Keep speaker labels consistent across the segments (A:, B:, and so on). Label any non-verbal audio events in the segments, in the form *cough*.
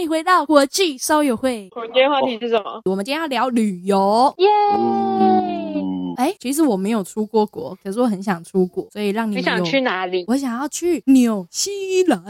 A: 迎回到国际烧友会。
B: 我们今天话题是什么？
A: 我们今天要聊旅游。
B: 耶！
C: 嗯
A: 哎，其实我没有出过国，可是我很想出国，所以让你们
B: 你想
A: 有
B: 去哪里？
A: 我想要去纽西兰。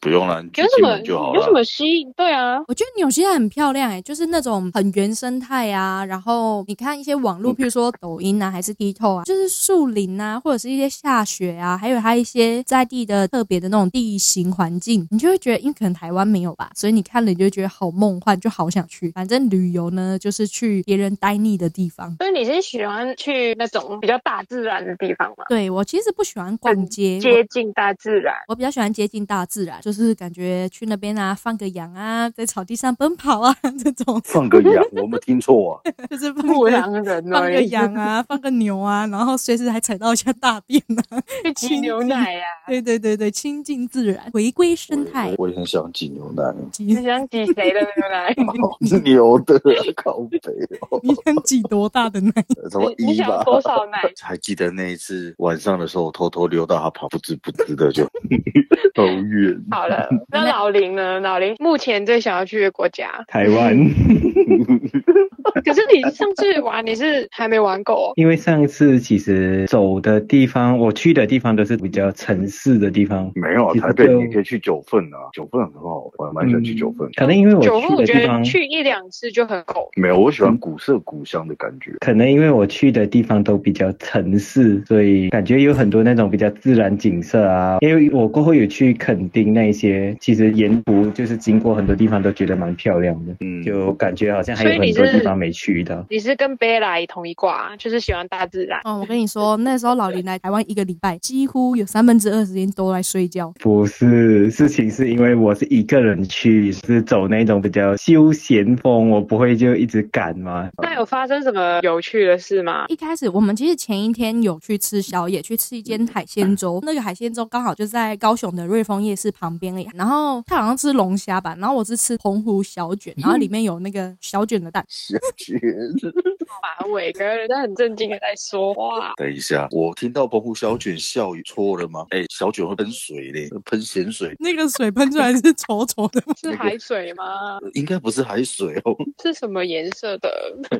C: 不用了，你去
B: 有什
C: 金
B: 么
C: 门就好
B: 有什
C: 了。
B: 么吸引？对啊，
A: 我觉得纽西兰很漂亮哎、就是那种很原生态啊，然后你看一些网
B: 嗯
A: 络，譬如说抖音啊，还是 TikTok 啊，就是树林啊，或者是一些下雪啊，还有它一些在地的特别的那种地形环境，你就会觉得，因为可能台湾没有吧，所以你看了你就觉得好梦幻，就好想去。反正旅游呢，就是去别人呆腻的地方。
B: 所以你是喜欢去那种比较大自然的地方吗？
A: 对我其实不喜欢逛街，我
B: 接近大自然，
A: 我比较喜欢接近大自然，就是感觉去那边啊，放个羊啊，在草地上奔跑啊， *laughs* 这种
C: 放个羊，我没听错 *laughs* 啊。
A: 就是放
B: 牧
A: 个
B: 羊人
A: 放
B: 而
A: 个
B: 已，
A: 羊啊， *laughs* 放个牛啊，然后随时还踩到一下大便啊。
B: *laughs* 去挤牛奶呀、啊。
A: 对对对对，亲近自然，回归生态
C: 我。我也很想挤牛奶，
A: 你
B: 你想挤谁的牛奶？
C: 好 *laughs* 牛的啊，靠北 *laughs* 哦，
A: 你想挤多大的奶？
C: 什么
B: 你你
C: 一
B: 想要
C: 吧？
B: 多少奶？
C: 还记得那一次晚上的时候，我偷偷溜到他旁，不知不知的 *laughs* 就好远。
B: 好了，那老林呢？老林目前最想要去的国家，
D: 台湾， *laughs*
B: 可是你上次玩你是还没玩够、哦，
D: 因为上次其实走的地方，我去的地方都是比较城市的地方。
C: 没有啊，
D: 其实
C: 台北
D: 就
C: 你可以去九份啊，九份很好，我还蛮喜欢去九份。
D: 可能因为我
B: 九份
D: 去
B: 我
D: 的
B: 觉
D: 地
B: 得
D: 方，
B: 去一两次就很够。
C: 没有，我喜欢古色古香的感觉。 *laughs*
D: 可能因为我去的地方都比较城市，所以感觉有很多那种比较自然景色啊。因为我过后有去垦丁那一些，其实沿途就是经过很多地方都觉得蛮漂亮的，
C: 嗯，
D: 就感觉好像还
B: 所以
D: 有
B: 你
D: 很多
B: 是
D: 地方没去到。
B: 你是跟贝拉同一挂，就是喜欢大自然。
A: 哦，我跟你说，那时候老林来台湾一个礼拜，几乎有三分之二时间都来睡觉。
D: 不是，事情是因为我是一个人去，是走那种比较休闲风，我不会就一直赶嘛。
B: 那有发生什么有趣的事吗？
A: 一开始我们其实前一天有去吃宵夜，去吃一间海鲜粥，那个海鲜粥刚好就在高雄的瑞丰夜市旁边而已。啊然后他好像吃龙虾吧，然后我是吃澎湖小卷，然后里面有那个小卷的蛋。
C: 小姐，
B: 马尾哥，人家很正经的在说
C: *laughs*
B: 话。
C: 等一下，我听到澎湖小卷笑语错了吗？哎，小卷会喷水嘞，喷咸水，
A: 那个水喷出来是稠稠的，
B: 是海水吗？
C: 应该不是海水哦。 *laughs*
B: 是什么颜色的？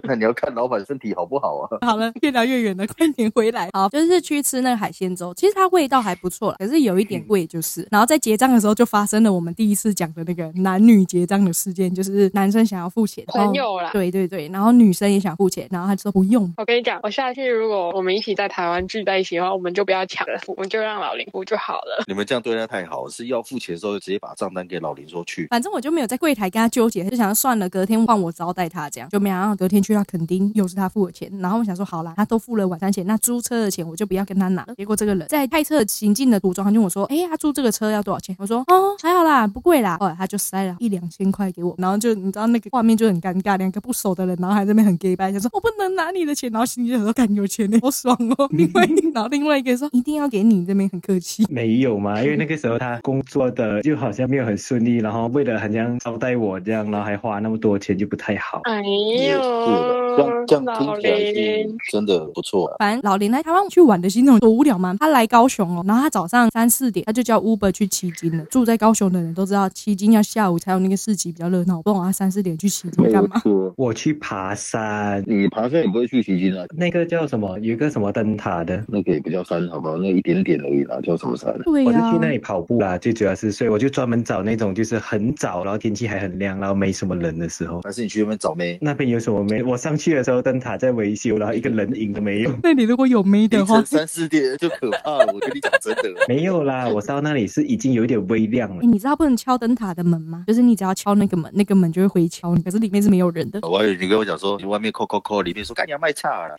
C: 那你要看老板身体好不好啊？
A: *laughs* 好了，越聊越远了，快点回来。好，就是去吃那个海鲜粥，其实它味道还不错啦，可是有一
B: 嗯
A: 点贵就是。然后在结账的时候就发生了我们第一次讲的那个男女结账的事件，就是男生想要付
C: 哦
A: 钱，然后
B: 朋友啦
A: 对对对，然后女生也想付钱，然后他就说不用。
B: 我跟你讲，我下次如果我们一起在台湾聚在一起的话，我们就不要抢了，我们就让老林付就好了。
C: 你们这样对他太好，是要付钱的时候就直接把账单给老林说去。
A: 反正我就没有在柜台跟他纠结，就想说算了，隔天换我招待他这样，就没想到隔天去到垦丁又是他付的钱，然后我想说好啦，他都付了晚餐钱，那租车的钱我就不要跟他拿了。结果这个人在开车行进的途中，他就问我说，哎、他租这个车要多少钱？我说哦，还好啦，不贵啦。后来他就塞了一两千块给我，然后就你知道那个画面就很尴尬，两个不熟的人，然后还在那边很 gay 掰，想说我哦不能拿你的钱，然后心里就想说干有钱呢、好爽哦。另外，然后另外一个说一定要给你，这边很客气。
D: 没有嘛，因为那个时候他工作的就好像没有很顺利，然后为了好像招待我这样，然后还花那么多钱就不太好。
A: 啊
B: 哎
C: 也是
B: 呦
C: 啦，这样这样
B: 老
C: 听起来
B: 林
C: 是，真的不错啊。
A: 反正老林来台湾去玩的是那种多无聊嘛。他来高雄哦，然后他早上三四点他就叫 Uber 去七金了。住在高雄的人都知道，七金要下午才有那个市集比较热闹。我不懂他三四点去七金干 *laughs* 嘛？
C: 错，
D: 我去爬山，
C: 你爬山也不会去奇迹啊，
D: 那个叫什么？有一个什么灯塔的，
C: 那个也不叫山，好不好？那一点点而已啦，叫什么山？啊
A: 对
D: 我是
A: 呀、
D: 去那里跑步啦，最主要是，所以我就专门找那种就是很早，然后天气还很亮，然后没什么人的时候。
C: 还是你去那边
A: *laughs*
C: 找妹？
D: 那边有什么没？我上去的时候灯塔在维修，然后一个人影都没有。
A: 那里如果有妹的
C: 凌
A: 话
C: 晨，三四点就可怕了，我跟你讲真
A: *laughs*
C: 的。
D: 没有啦，我到那里是已经有一点微亮
A: 哎、
D: 了。
A: 你知道不能敲灯塔的门吗？就是你只要敲那个门，那个门就会回敲你，可是里面是没有人的。
C: 我还以为你跟我讲说，你外面扣扣扣，里面说干你要卖差了。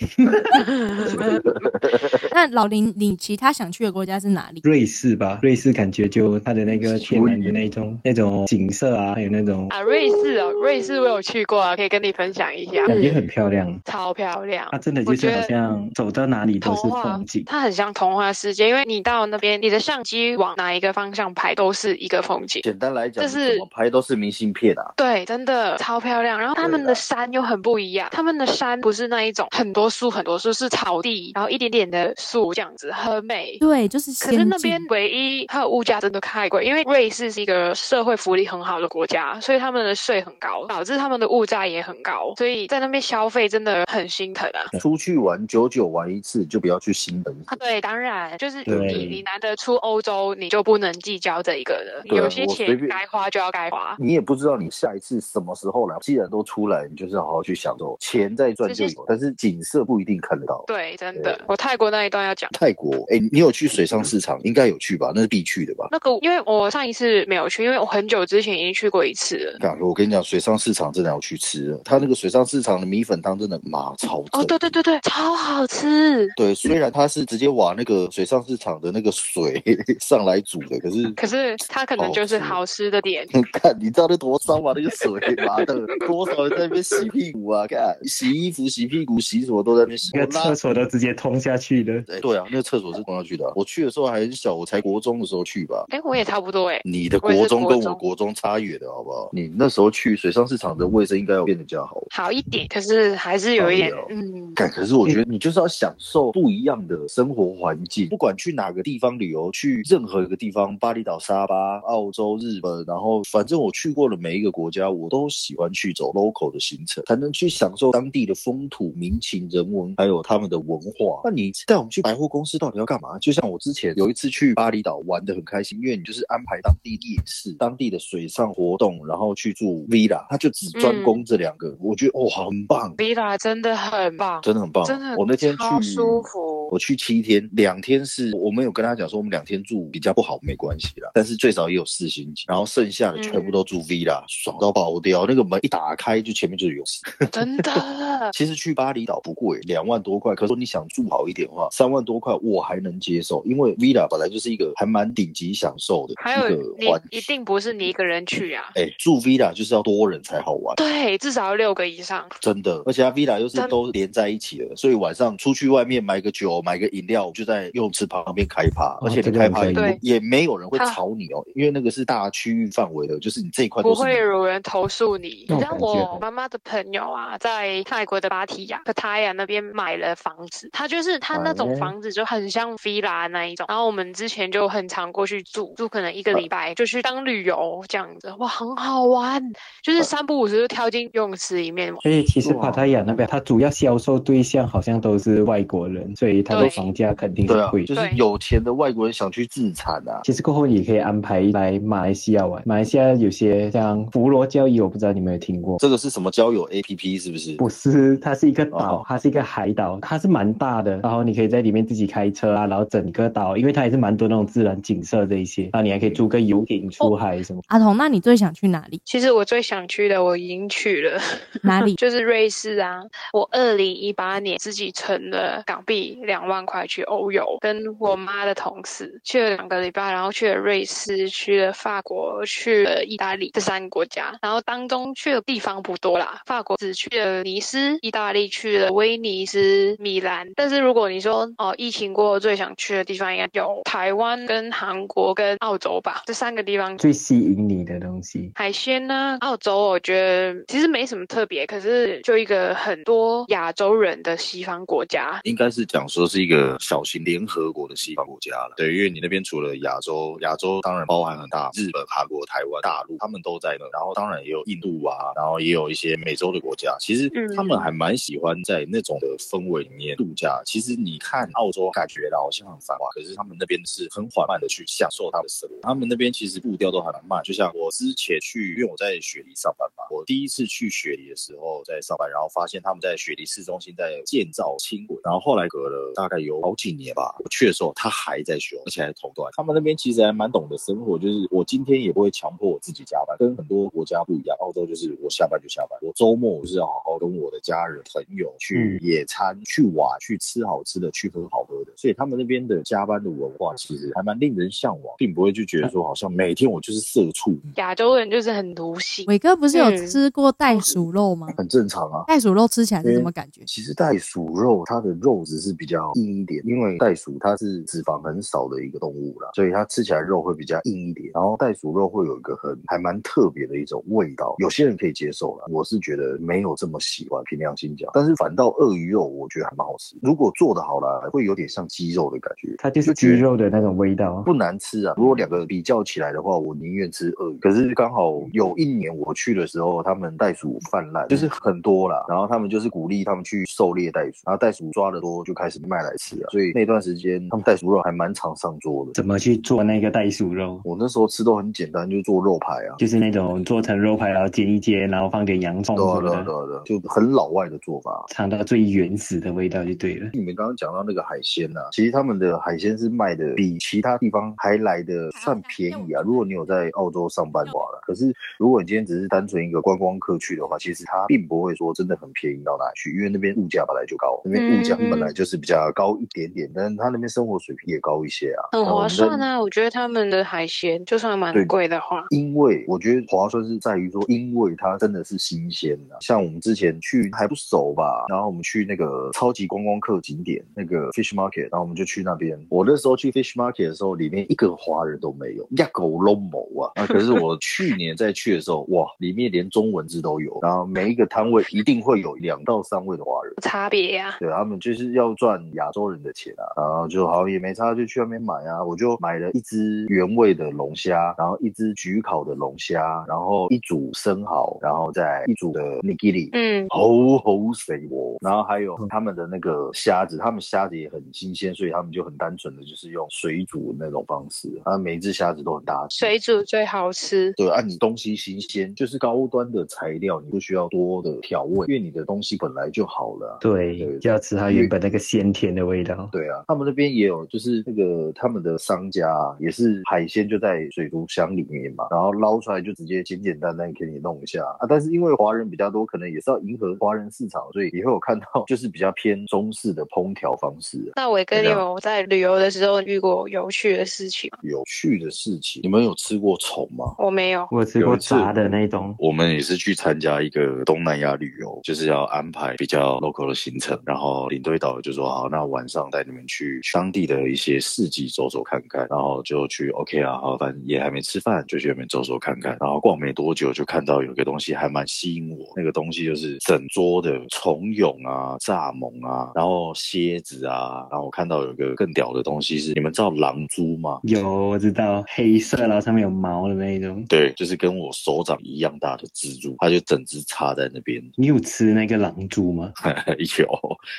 A: 那老林，你其他想去的国家是哪里？
D: 瑞士吧，瑞士感觉就它的那个天然的那种那种景色啊，还有那种
B: 啊，瑞士哦，瑞士我有去过啊，可以跟你分享一下，
D: 感觉很漂亮。
B: 超漂亮
D: 它、。真的就
B: 我
D: 是
B: 觉得啊
D: 好像走到哪里都
B: 童
D: 是
B: 话
D: 风景，。
B: 它很像童话世界，因为你到那边，你的相机往哪一个方向拍都是一个风景。
C: 简单来讲，
B: 这是
C: 怎么拍都是明信片啊。
B: 啊对，真的超漂亮。然后他们的山又很不一样，他们的山它不是那一种很多树很多树，是草地，然后一点点的树这样子，很美。
A: 对，就是
B: 可是
A: 先
B: 那
A: 进
B: 边唯一它的物价真的太贵，因为瑞士是一个社会福利很好的国家，所以他们的税很高，导致他们的物价也很高，所以在那边消费真的很心疼啊。
C: 出去玩久久玩一次，就不要去新本。
B: 啊，对，当然就是
D: 对
B: 你你拿得出欧洲，你就不能计较这一个了。
C: 对啊
B: 有些
C: 我随
B: 钱
C: 便
B: 该花就要该 *laughs* 花，
C: 你也不知道你下一次什么时候来，既然都出来，你就是好好去享受。钱在赚就
B: 这
C: 有，但是景色不一定看得到。
B: 对，真的
C: 对。
B: 我泰国那一段要讲。
C: 泰国，哎、你有去水上市场？应该有去吧？那是必去的吧？
B: 那个，因为我上一次没有去，因为我很久之前已经去过一次了。
C: 讲说，我跟你讲，水上市场真的要去吃了，它那个水上市场的米粉汤真的妈超正。
B: 哦，对对对对，超好吃。
C: 对，虽然它是直接挖那个水上市场的那个水 *laughs* 上来煮的，可是
B: *laughs* 可是它可能
C: 好
B: 就是
C: 吃嗯
B: 好吃的点，
C: 看你知道那多脏吗？那个水妈的，多少人在那边洗屁股啊？看洗衣服、洗屁股、洗什么都在
B: *laughs*
C: 那边洗。
D: 那个
C: 我拉
D: 厕所都直接通下去的。
C: 哎对啊，那个厕所是关上去的啊、我去的时候还很小，我才国中的时候去吧。
B: 哎，我也差不多哎。
C: 你的
B: 我也
C: 国
B: 是
C: 中
B: 国
C: 跟我
B: 中
C: 国中差远了，好不好？你那时候去水上市场的卫生应该要变得比较好。
B: 好一点，可是还是有一点
C: 哎呦，
B: 嗯，
C: 但可是我觉得你就是要享受不一样的生活环境，不管去哪个地方旅游，去任何一个地方，巴厘岛、沙巴、澳洲、日本，然后反正我去过的每一个国家，我都喜欢去走 local 的行程，才能去享受当地的风土民情、人文，还有他们的文化。那你带我们去百货公司到底要干嘛？就像我之前有一次去巴厘岛玩的很开心，因为你就是安排当地夜市、当地的水上活动，然后去住 villa，他就只专攻这两个，我觉得哦，很棒。
B: v i l a 真的很棒，
C: 真的很棒，
B: 真的
C: 我那天
B: 超
C: 去
B: 舒服。
C: 我去七天，两天是我们有跟他讲说，我们两天住比较不好没关系啦，但是最少也有四星级，然后剩下的全部都
B: 嗯
C: 住 villa，、爽到爆掉。那个门一打开，就前面就是泳池。，
B: 真的
C: *laughs* 其实去巴厘岛不贵，两万多块，可是如果你想住好一点的话，三万多块我还能接受，因为 villa 本来就是一个还蛮顶级享受的
B: 还
C: 一
B: 有
C: 个
B: 你
C: 环
B: 一定不是你一个人去啊，
C: 哎、住 villa 就是要多人才好玩。
B: 对，至少要六个以上。
C: 真的，而且它 villa 又是
B: 真
C: 都连在一起的，所以晚上出去外面买个酒、买个饮料，就在游泳池旁边开趴，而且
D: 这
C: 你
D: 个
C: 开趴
D: 很
B: 可以
C: 也也没有人会吵你哦，因为那个是大区域范围的，就是你这一块
B: 不
C: 都是
B: 会
C: 你
B: 有人投诉你。
D: 那
B: 你
D: 我
B: 知道
D: 感觉
B: 我妈妈的朋友啊，在泰国的芭提雅、p a t a y a 那边买了房子，他就是他那种
D: 哎
B: 房子就很像 villa 那一种。然后我们之前就很常过去住，住可能一个礼拜就去当旅游这样子，哇，很好玩，就是三不五时就跳进游泳池里面玩。
D: 所以其实
C: 哇
D: 帕塔亚那边，它主要销售对象好像都是外国人，所以它的
B: 对
D: 房价肯定是
C: 对啊
D: 贵，。
C: 就是
B: 对
C: 有钱的外国人想去自产啊，
D: 其实过后也可以安排来马来西亚玩。马来西亚有些像佛罗交易，我不知道你们有听过。
C: 这个是什么交友 A P P 是不是？
D: 不是，它是一个
C: 哦
D: 岛，它是一个海岛，它是蛮大的。然后你可以在里面自己开车啊，然后整个岛，因为它也是蛮多那种自然景色这一些。然后你还可以租个游艇出海什么。
A: 阿啊童，那你最想去哪里？
B: 其实我最想去的我已经去了，？
A: 哪里
B: 就是瑞士啊。我二零一八年自己存了港币两万块去欧游，跟我妈的同事去了两个礼拜，然后去了瑞士，去了法国，去了意大利这三个国家。然后当中去的地方不多啦，法国只去了尼斯，意大利去了威尼斯、米兰。但是如果你说哦，疫情过后最想去的地方，应该有台湾、跟韩国、跟澳洲吧，这三个地方
D: 最吸引你的东西，
B: 海鲜呢，澳洲我觉得其实没什么特别，可是就一个很多亚洲人的西方国家。
C: 应该是讲说是一个小型联合国的西方国家了，对，因为你那边除了亚洲，亚洲当然包含很大，日本、韩国、台湾、大陆，他们都在那，然后当然也有印度啊，然后也有一些美洲的国家，其实
B: 嗯
C: 他们还蛮喜欢在那种的氛围里面度假。其实你看澳洲，感觉到好像很繁华，可是他们那边是很缓慢的去享受他的生活，他们那边其实步调都还蛮慢，就像我之前去，因为我在雪梨上班嘛，我第一次去雪梨的时候在上班，然后发现他们在雪梨市中心在建造轻轨，然后后来隔了大概有好几年吧，我去的时候它还在修，而且还同段。他们那边其实还蛮懂得生活，就是我今天也不会强迫我自己加班，跟很多国家不一样。澳洲就是我下班就下班，我周末我是要好好跟我的家人朋友去野餐、去玩、去吃好吃的、去喝好喝的，所以他们那边的加班的文化其实还蛮令人向往，并不会就觉得说好像每天我就是社畜，嗯
B: 亚洲人就是很奴性，
A: 伟哥不是有
B: 嗯
A: 吃过袋鼠肉吗？
C: 很正常啊。
A: 袋鼠肉吃起来是什么感觉？
C: 其实袋鼠肉它的肉质是比较硬一点，因为袋鼠它是脂肪很少的一个动物啦，所以它吃起来肉会比较硬一点。然后袋鼠肉会有一个很还蛮特别的一种味道，有些人可以接受啦，我是觉得没有这么喜欢，凭良心讲。但是反倒鳄鱼肉，我觉得还蛮好吃，如果做的好啦，会有点像鸡肉的感觉，
D: 它就是
C: 觉
D: 鸡
C: 得
D: 肉的那种味道。
C: 不难吃啊。如果两个比较起来的话，我宁愿吃鳄鱼。可是刚好有一年我去的时候，他们袋鼠泛滥，就是很多啦。然后他们就是鼓励他们去狩猎袋鼠，然后袋鼠抓的多就开始卖来吃啊。所以那段时间他们袋鼠肉还蛮常上桌的。
D: 怎么去做那个袋鼠肉？
C: 我那时候吃都很简单，就做肉排啊。
D: 就是那种做成肉排，然后煎一煎，然后放点洋葱
C: 对啊
D: 什
C: 对啊
D: 么
C: 对
D: 的，
C: 啊对啊，就很老外的做法。啊
D: 尝到最原始的味道就对了。
C: 你们刚刚讲到那个海鲜呐、啊，其实他们的海鲜是卖的比其他地方还来的算便宜啊。如果你有在澳洲上班的话啦，可是如果你今天只是单纯一个观光客去的话，其实它并不会说真的很便宜到哪里去，因为那边物价本来就高，那边物价本来就是比较高一点点，但是它那边生活水平也高一些啊，
B: 很
C: 然后我
B: 划
C: 们
B: 算
C: 在
B: 啊！我觉得他们的海鲜就算
C: 对
B: 蛮贵的话，
C: 因为我觉得划算是在于说，因为它真的是新鲜的、像我们之前去还不熟吧，然后我们去那个超级观光客景点那个 Fish Market，然后我们就去那边。我那时候去 Fish Market 的时候，里面一个华人都没有，一狗都没啊！啊，可是我去年再去的时候，哇，里面连中文字都有，然后每一个摊位一定会有两到三位的华人。
B: 差别啊呀、
C: 对他们就是要赚亚洲人的钱啊，然后就好像也没差，就去外面买啊。我就买了一只原味的龙虾，然后一只焗烤的龙虾，然后一组生蚝，然后再一组的 nigiri。
B: 嗯，
C: 猴猴水哦，然后还有他们的那个虾子，他们虾子也很新鲜，所以他们就很单纯的就是用水煮的那种方式，啊，每一只虾子都很大只。
B: 水煮最好吃。
C: 对啊，你东西新鲜，就是高端的材料，你不需要多的调味，因为你的东西本来就好了啊、
D: 对，就要吃它原本那个鲜甜的味道。
C: 对啊，他们那边也有，就是那个他们的商家、啊、也是海鲜就在水族箱里面嘛，然后捞出来就直接简简单单给你弄一下啊。但是因为华人比较多，可能也是要迎合华人市场，所以也会有看到就是比较偏中式的烹调方式啊。
B: 那我跟你
C: 对啊
B: 们在旅游的时候遇过有趣的事情吗，
C: 有趣的事情，你们有吃过虫吗？
B: 我没有。
D: 我吃过
C: 有一次
D: 炸的那种，
C: 我们也是去参加一个东南亚旅游，就是要安排比较 local 的行程，然后领队导游就说好，那晚上带你们去当地的一些市集走走看看，然后就去 OK 啊，好，反正也还没吃饭，就去那边走走看看，然后逛没多久就看到有一个东西还蛮吸引我，那个东西就是整桌的虫蛹啊、蚱蜢啊，然后蝎子啊，然后我看到有一个更屌的东西是，你们知道狼蛛吗？
D: 有我知道，黑色，然后上面有毛的那一种。
C: 对，就是跟我手掌一样大的蜘蛛，它就整只插在那边，
D: 你有吃那个狼蛛吗？
C: *laughs* 有，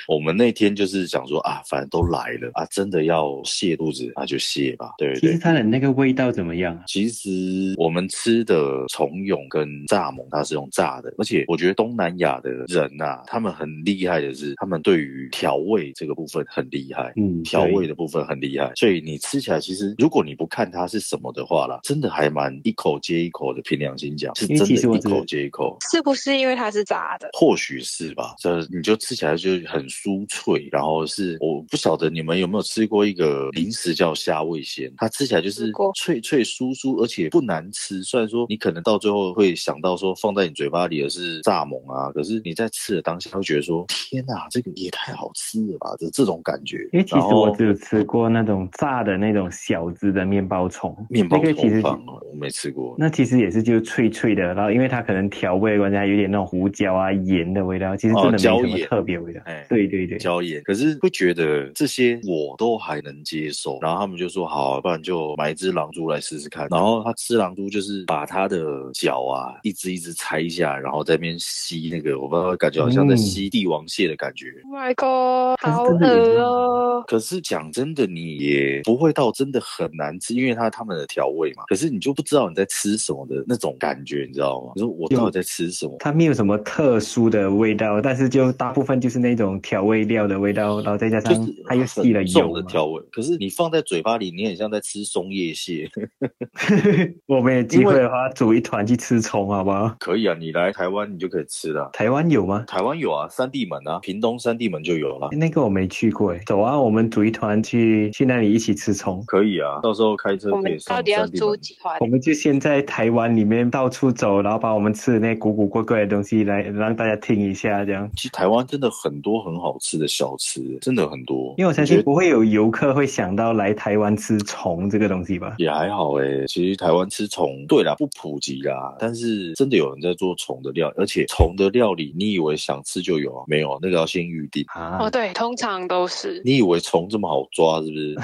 C: 我们那天就是想说啊，反正都来了啊，真的要泻肚子那就泻吧，对
D: 其实
C: 对。
D: 它的那个味道怎么样啊？
C: 其实我们吃的虫蛹跟蚱蜢，它是用炸的，而且我觉得东南亚的人呐、他们很厉害的是，他们对于调味这个部分很厉害。
D: 嗯，
C: 调味
D: 的。
C: 的部分很厉害，所以你吃起来其实，如果你不看它是什么的话啦，真的还蛮一口接一口的。凭良心讲，是
D: 因为
C: 真
D: 其实
C: 的
D: 我
C: 一
D: 只
C: 口接一口。
B: 是不是因为它是炸的？
C: 或许是吧，这你就吃起来就很酥脆，然后是我不晓得你们有没有吃过一个零食叫虾味鲜，它吃起来就是
B: 吃过
C: 脆脆酥酥，而且不难吃。虽然说你可能到最后会想到说放在你嘴巴里的是蚱蜢啊，可是你在吃的当下会觉得说天哪、这个也太好吃了吧，这这种感觉。
D: 因为其
C: 然
D: 实
C: 后
D: 我只有吃过那种炸的那种小只的面包虫，
C: 面包
D: 那个其
C: 虫
D: 实
C: 饭哦，我没吃过。
D: 那其实也是就脆脆的，然后因为它可能调味的关系，还有点那种胡椒啊盐的味道，其实真的
C: 哦
D: 没
C: 椒
D: 什么
C: 盐
D: 特别味道。
C: 哎
D: 对对对，
C: 椒盐，可是会觉得这些我都还能接受。然后他们就说好、不然就买一只狼蛛来试试看。然后他吃狼蛛就是把它的脚啊一只一只拆下，然后在那边吸那个，我不知道感觉好像在
D: 嗯
C: 吸帝王蟹的感觉。
B: Oh my god，
D: 可是
B: 好
D: 真的有这
B: 恶
D: 样
B: 哦、
C: 可是讲真的，你也不会到真的很难吃，因为它他们的调味嘛。可是你就不知道你在吃什么的那种感觉，你知道吗？你说我到底在吃什么？
D: 它没有什么特殊的味道，但是就大部分就是那种调味料的味道，然后再加
C: 就
D: 上
C: 是
D: 它又吸了
C: 很重
D: 油
C: 的
D: 嘛。
C: 调味，可是你放在嘴巴里，你很像在吃松叶蟹。
D: *laughs* 我们有机
C: 因为
D: 会的话，组一团去吃虫，好不好？
C: 可以啊，你来台湾你就可以吃啦。
D: 台湾有吗？
C: 台湾有啊，三地门啊，屏东三地门就有啦。
D: 那个我没去过诶，走啊，我们组一团去去那里一起吃虫。
C: 可以啊，到时候开车
B: 我
C: 可以
B: 们
C: 上
B: 到底要
C: 三地
B: 租
C: 门。
B: 几团
D: 我？们就先在台湾里面到处走，然后把我们吃的那古古怪怪的东西来让大家听一下，这样。
C: 其实台湾真的很多很好吃的小吃，真的很多。
D: 因为我相
C: 觉
D: 信
C: 得
D: 不会有游客会想到来台湾吃虫这个东西吧？
C: 也还好诶、其实台湾吃虫，对啦，不普及啦，但是真的有人在做虫的料理，而且虫的料理，你以为想吃就有啊？没有，那个要先预定。
D: 啊
B: 哦，，对，通常都是，
C: 你以为虫这么好抓是不
D: *laughs*
C: 是？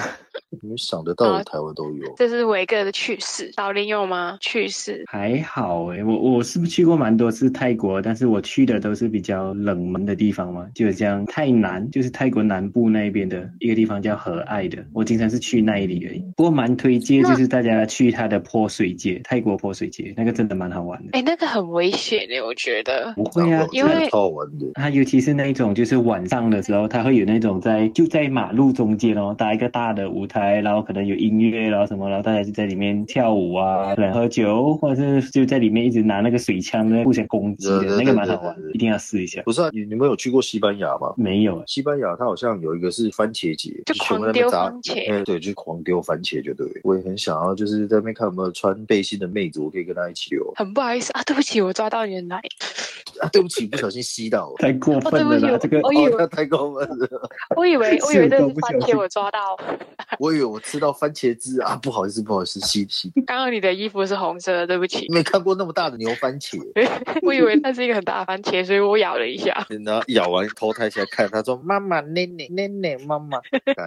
C: 你们想得到
B: 啊
C: 的台湾都有。
B: 这是维哥的趣事。老林有吗？趣事。
D: 还好诶、我我是不是去过蛮多次泰国，但是我去的都是比较冷门的地方嘛，就像泰南，就是泰国南部那边的一个地方叫和爱的，我经常是去那里而已。不过蛮推荐，
B: 那
D: 就是大家去它的泼水节，泰国泼水节那个真的蛮好玩的。
B: 哎，那个很危险的，我觉得。
D: 不会啊，
B: 因为
C: 这个超好玩的，
D: 它尤其是那一种，就是晚上的时候，它会有那种在就在马路中间哦，搭一个大的舞台，然后可能有音乐，然后什么，然后大家就在里面跳舞啊，可能喝酒，或者是就在里面一直拿那个水枪在互相攻击的，
C: 对对
D: 那
C: 对
D: 个蛮好玩
C: 对对，对
D: 一定要试一下。
C: 不是啊？你你们有去过西班牙吗？
D: 没有，
C: 西班牙它好像有一个是番茄节，
B: 就
C: 全
B: 狂
C: 部在那边
B: 丢
C: 砸
B: 番茄
C: 哎、对，就是狂丢番茄就对了。我也很想要，就是在那边看有没有穿背心的妹子，我可以跟她一起溜。
B: 很不好意思啊，对不起，我抓到你的奶。
C: 啊，对不起，不小心吸到。
D: 太过
B: 哦，对
D: 分
B: 不
D: 了
B: 起，
D: 啦，
B: 我
D: 这个
B: *laughs* 我以
C: 哦，那
B: 为
C: 太过分了！
B: 我以 *laughs* 为我以为这是番
D: 是我都不相信
B: 茄，我抓到。
C: 我以为我吃到番茄汁啊，不好意思，不好意思，吸吸，
B: 刚刚你的衣服是红色的，对不起， *laughs*
C: 没看过那么大的牛番茄。
B: 我以为那是一个很大的番茄，所以我咬了一下。
C: 然后咬完头抬起来看，他说：“妈妈，奶奶，奶奶，妈妈。”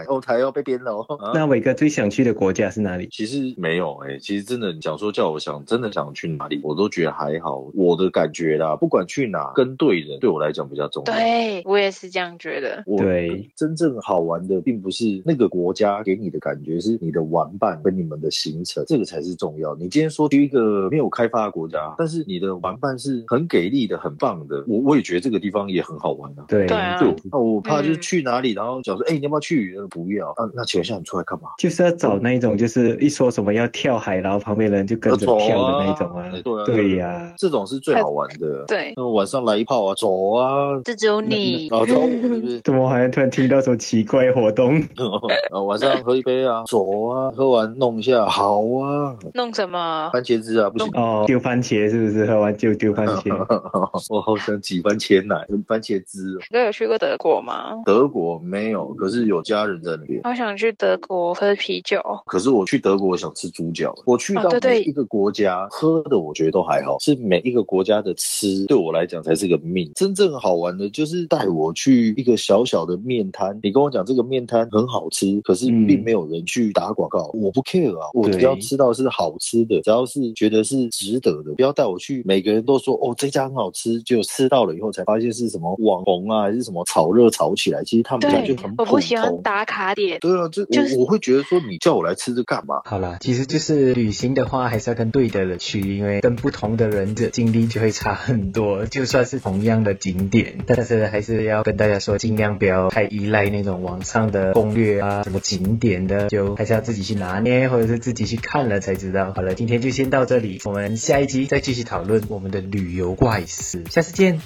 C: 哦，台要被编了哦。啊
D: 那伟哥最想去的国家是哪里？
C: 其实没有诶、其实真的，你想说叫我想真的想去哪里，我都觉得还好。我的感觉啦，不管去哪，跟对人对我来讲比较重
B: *laughs*
C: 要。
B: 对我也是这样觉得。
C: 我
D: 对
C: 真正好玩的，并不是那个国家给你的感觉，是你的玩伴跟你们的行程，这个才是重要。你今天说去一个没有开发的国家，但是你的玩伴是很给力的、很棒的，我我也觉得这个地方也很好玩啊。
D: 对
B: 对啊
C: 对，那我怕就是
B: 嗯
C: 去哪里，然后讲说，哎、你要不要去？呃不要。啊，那请问一下，你出来干嘛？
D: 就是要找那一种，就是一说什么要跳海，然后旁边人就跟着
C: 要走啊
D: 跳的那一种啊
C: 对啊。
D: 对呀、
C: 这种是最好玩的。
B: 对，
C: 那晚上来一炮啊，走啊，
B: 这只有
C: 然后走，是不是？
D: 怎么好像突然听到什么奇怪活动？
C: 然后晚上喝一杯啊，走啊，喝完弄一下，好啊，
B: 弄什么？
C: 番茄汁啊，不行。
D: 哦，丢番茄是不是？喝完就丢番茄。
C: 哦我好想挤番茄奶、番茄汁哦。
B: 哥有去过德国吗？
C: 德国
B: 嗯
C: 没有，可是有家人在那边。
B: 好想去德国喝啤酒。
C: 可是我去德国，我想吃猪脚。我去
B: 哦
C: 到
B: 对对
C: 每一个国家、喝的，我觉得都还好，是每一个国家的吃对我来讲才是个命。真正好玩的就是带我去一个小小的面摊，你跟我讲这个面摊很好吃，可是
D: 嗯
C: 并没有人去打广告，我不 care 啊，我只要
D: 对
C: 吃到是好吃的，只要是觉得是值得的，不要带我去每个人都说哦这家很好吃，就吃到了以后才发现是什么网红啊，还是什么炒热炒起来，其实他们家就
B: 对
C: 很，
B: 我
C: 普
B: 不喜欢
C: 通。
B: 打卡点。
C: 对啊，这
B: 就是
C: 我我会觉得说你叫我来吃这干嘛？
E: 好啦，其实就是旅行的话，还是要跟对的人去，因为跟不同的人的经历就会差很多。 *laughs* 就算是同样的景点，但是还是要跟大家说，尽量不要太依赖那种网上的攻略啊，什么景点的，就还是要自己去拿捏，或者是自己去看了才知道。好了，今天就先到这里，我们下一集再继续讨论我们的旅游怪事，下次见，